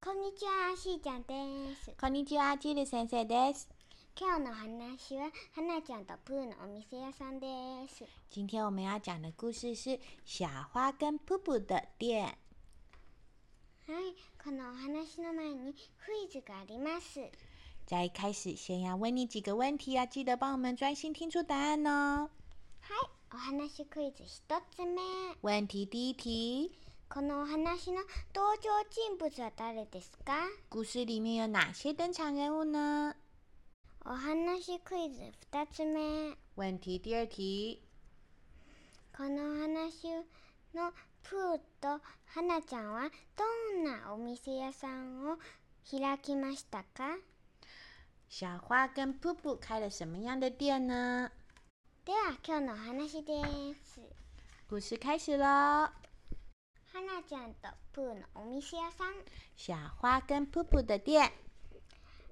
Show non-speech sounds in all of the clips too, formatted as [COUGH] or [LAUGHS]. こんにちは、しーちゃんです。こんにちは、ジル先生です。今日の話は、はなちゃんとプーのお店屋さんです。今天我们要讲的故事是小花跟噗噗的店。はい、このお話の前にクイズがあります。在一开始，先要问你几个问题要记得帮我们专心听出答案哦。はい、お話クイズ一つ目。问题第一题，このお話の登場人物は誰ですか故事里面有哪些登场人物呢？お話クイズ二つ目。问题第二题，このお話のプーとはなちゃんはどんなお店屋さんを開きましたか小花跟噗噗开了什么样的店呢？では今日のお話です。故事开始喽。はなちゃんとプーのお店屋さん。小花跟噗噗的店，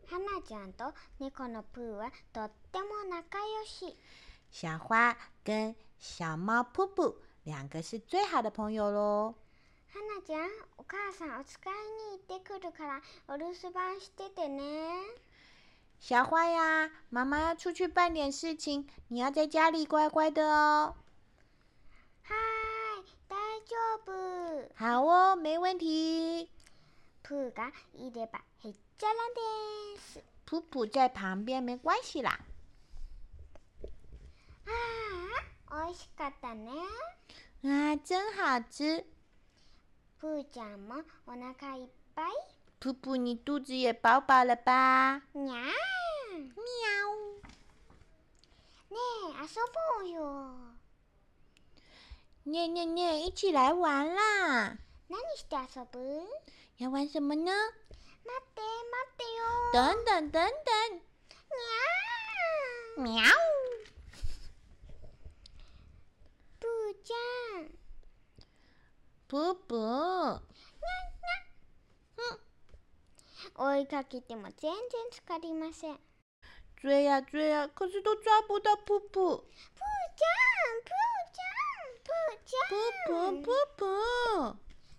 はなちゃんと猫のプーはとっても仲良し。小花跟小猫噗噗两个是最好的朋友喽。はなちゃん、お母さんお使いに行ってくるからお留守番しててね。小花呀，妈妈要出去办点事情，你要在家里乖乖的哦。はーい、大丈夫。好哦，没问题。プーがいればへっちゃらです。普普在旁边没关系啦。ああ、美味しかったね。啊，真好吃！プーちゃんもお腹いっぱい。普普，你肚子也饱饱了吧？にゃーん。ね喵！え、遊ぼうよ。念念念，一起来玩啦！何して遊ぶ要玩什么呢？待って待ってよー等等等等，にゃ喵！ープーちゃんにゃ普普，にゃ追いかけても全然疲れませんプー追呀、追呀、可是都抓不到普普。ちゃんプーち普ゃん普，普プーちゃん普，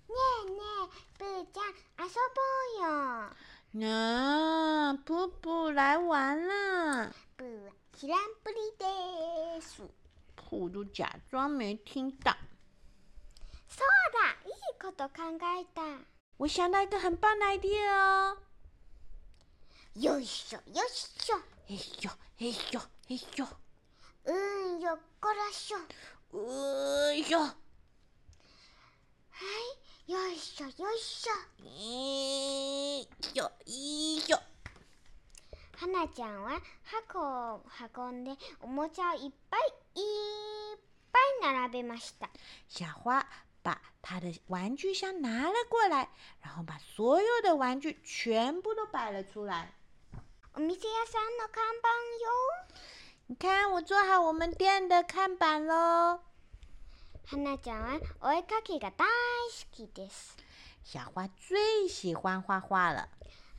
ねえねえプーちゃん遊ぼうよ那、普普来玩啦！プーは知らんぷりですそう普都假装没听到。だいいこと考えた我想到一个很棒的 idea 哦。よいしょよいしょ嘿哎呦嘿呦嘿呦，うんよっこらしょは呃呦，いよいしょよいしょ咦哎呦咦呦，はなちゃんは箱を運んでおもちゃをいっぱいいっぱい並べました小花把她的玩具箱拿了过来，然后把所有的玩具全部都摆了出来。お店屋さんの看你看，我做好我们店的看板喽。板よはなちゃんはお絵かきが大好きです小花最喜欢画画了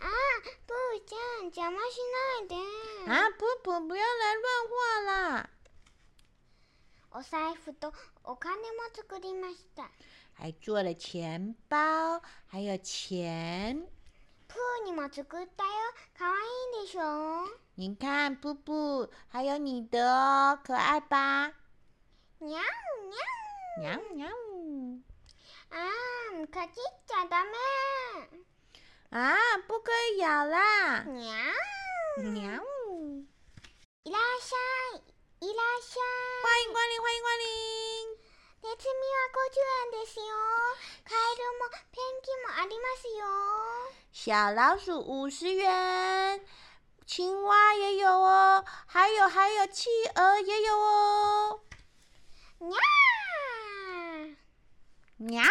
ああプーちゃん邪魔しないで啊！不不，不要来乱画啦！お財布とお金も作りました还做了钱包，还有钱。プーにも作ったよかわいいでしょ你看，布布，还有你的哦，可爱吧？にゃんにゃ喵ん喵！あーかじっちゃダメ啊，不可以咬啦！にゃん喵！いらっしゃい。いらっしゃい。欢迎光临，欢迎光临！ネズミは50円ですよ。カエルもペンギンもありますよ。小老鼠五十元，青蛙也有哦，还有还有企鹅也有哦。ににゃーゃ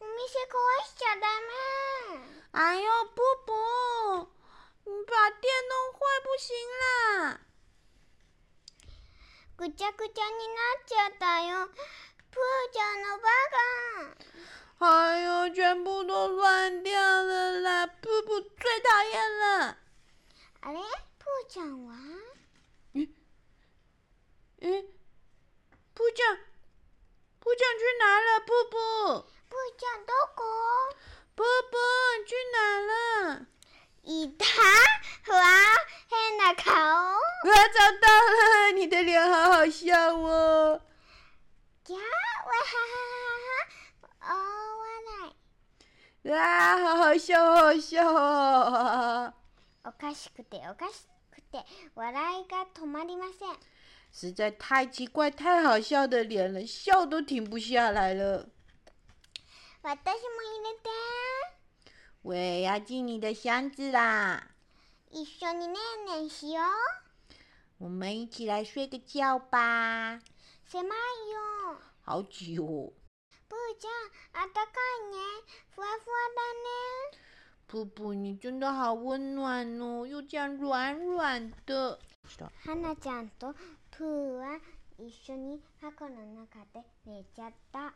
おお店壊しちゃダメ哎呦，布布，你把电弄坏不行啦！ぐちゃぐちゃになっちゃったよプーちゃんのバカ哎呦，全部都乱掉了啦！布布最讨厌了。あれプーちゃんは嗯，布酱，布酱去哪了？布布，プーちゃんどこ布布，你去哪了？いたふわ変な顔我找到了，你的脸好好笑哦。ギャーわははははは大笑い啊，好好笑，好好笑哦！おかしくておかしくて笑いが止まりません实在太奇怪、太好笑的脸了，笑都停不下来了。私も入れて我也要进你的箱子啦，一緒にねんねんしよう我们一起来睡个觉吧。狭いよ好挤哦！プーちゃんあったかいねふわふわだね布布，你真的好温暖哦，又这样软软的。はなちゃんとプーは一緒に箱の中で寝ちゃった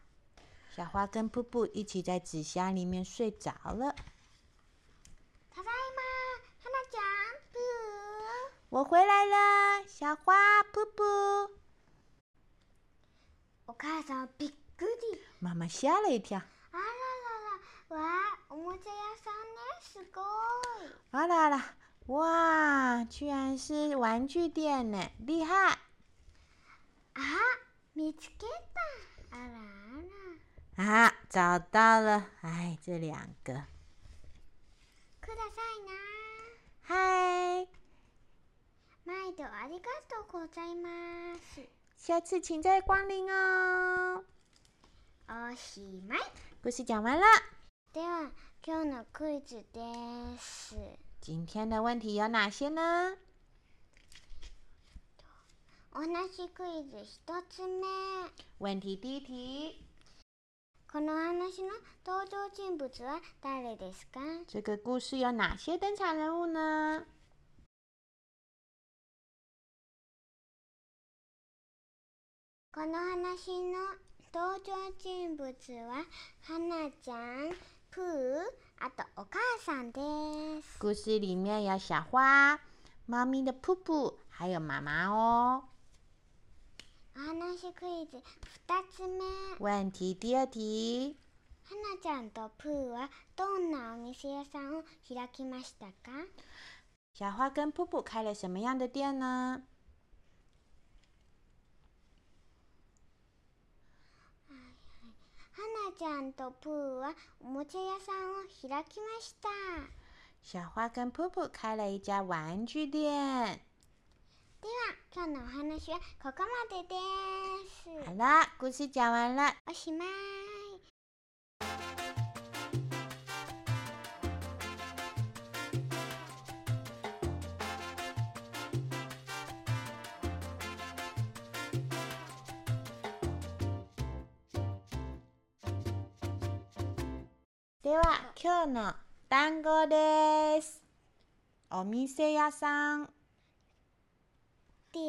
小花跟布布一起在纸箱里面睡着了。ただいまはなちゃんプー我回来了，小花、布布。お母さんびっくり妈妈吓了一跳。あらららわあおもちゃ屋さんねすごい啊啦啦！哇，居然是玩具店呢，厉害！あ見つけたあらあら啊，找到了！哎，这两个，くださいな嗨，毎度ありがとうございます下次请再光临哦。おしまい故事讲完了，では今日のクイズです今天的问题有哪些呢？お話クイズ一つ目问题第一题，この話の登場人物は誰ですか这个故事有哪些登场人物呢？この話の登場人物ははなちゃんプーあとお母さんです故事里面有小花、猫咪的噗噗，还有妈妈哦。お話クイズ二つ目问题第二题，はなちゃんとプーはどんなお店屋さんを開きましたか小花跟噗噗开了什么样的店呢？はなちゃんとプーはおもちゃ屋さんを開きました小花跟噗噗开了一家玩具店。では今日のお話はここまでです好啦，故事讲完了。おしまいでは、今日の単語です。お店屋さん、で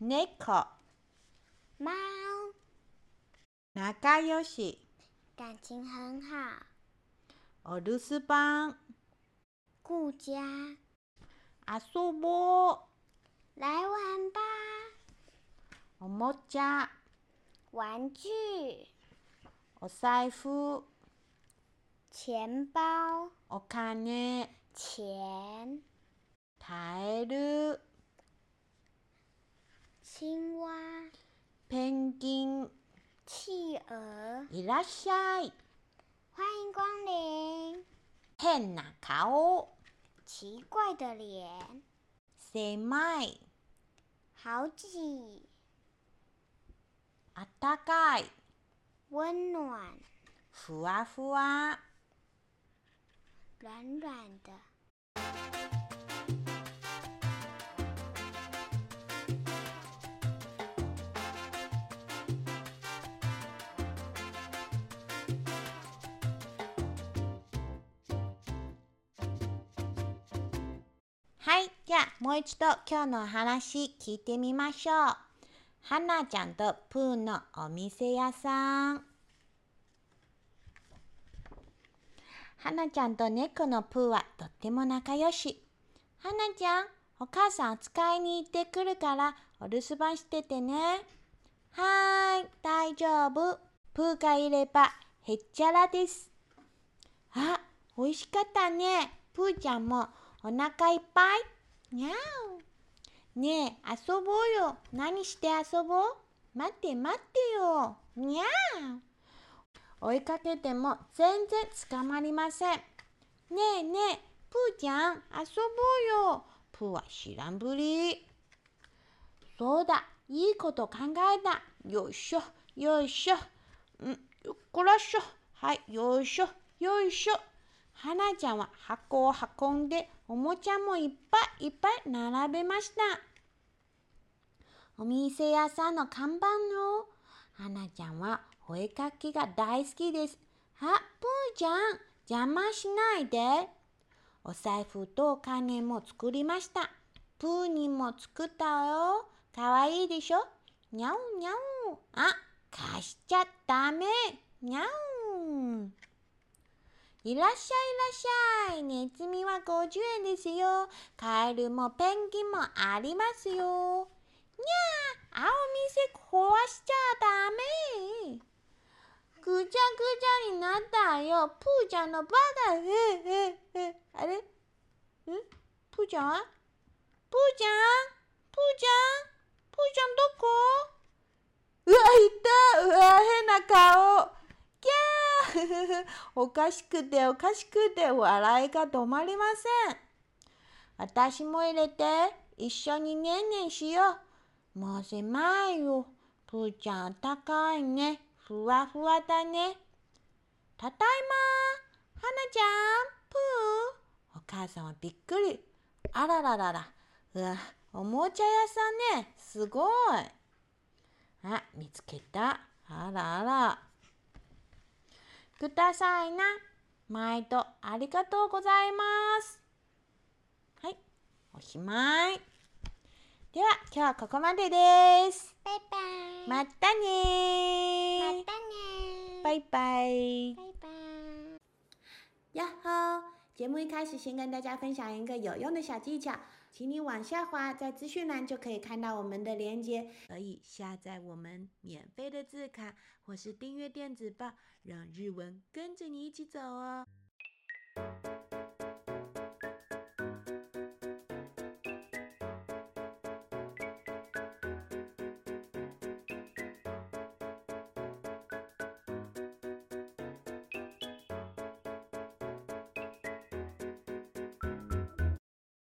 猫、猫仲良し、感情很好お留守番、顾家遊ぼう、来玩吧おもちゃ、玩具お財布、钱包お金、钱耐える、青蛙ペンギン、企鹅いらっしゃい、欢迎光临。変な顔、奇怪的脸，狭い、好挤，あったかい、温暖，ふわふわ。软软的。はい、じゃあもう一度今日のお話聞いてみましょう。はなちゃんとプーのお店屋さん。はなちゃんと猫のプーはとっても仲良し。はなちゃん、お母さんお使いに行ってくるからお留守番しててね。はーい、大丈夫。プーがいればへっちゃらです。あ、美味しかったね。プーちゃんもお腹いっぱい。にゃお。ねえ、遊ぼうよ。何して遊ぼう待って待ってよ。にゃお。追いかけても全然捕まりません。ねえねえ、プーちゃん、遊ぼうよ。プーは知らんぶり。そうだ、いいこと考えた。よいしょ、よいしょ。ん、こらっしょ。はい、よいしょ、よいしょ。はなちゃんは箱を運んでおもちゃもいっぱいいっぱい並べました。お店屋さんの看板のはなちゃんはお絵かきが大好きです。あ、ぷーちゃん、邪魔しないで。お財布とお金も作りました。プーにも作ったよ。かわいいでしょにゃおにゃお。あ、貸しちゃダメ。にゃお。いらっしゃいいらっしゃい。ネズミは50円ですよ。カエルもペンギンもありますよ。にゃー、あお店壊しちゃダメ。ぐちゃぐちゃになったよ。プーちゃんのバカ。えええあれんプーちゃんはプーちゃんプーちゃんプーちゃんどこうわ、いたうわ、変な顔キャー [LAUGHS] おかしくておかしくて笑いが止まりません。私も入れて一緒にねんねんしよう。もう狭いよ。プーちゃんあったかいね。ふわふわだね。ただいまはなちゃんプーお母さんはびっくり。あらららら。うわ、おもちゃ屋さんね。すごい。あ、見つけた。あらあら。くださいな。毎度ありがとうございます。はい、おしまい。では、今日はここまでです。バイバイ。まったねまたー。ね拜ー。拜。バイバイ。呀吼！节目一开始，先跟大家分享一个有用的小技巧，请你往下滑，在资讯栏就可以看到我们的链接，可以下载我们免费的字卡，或是订阅电子报，让日文跟着你一起走哦。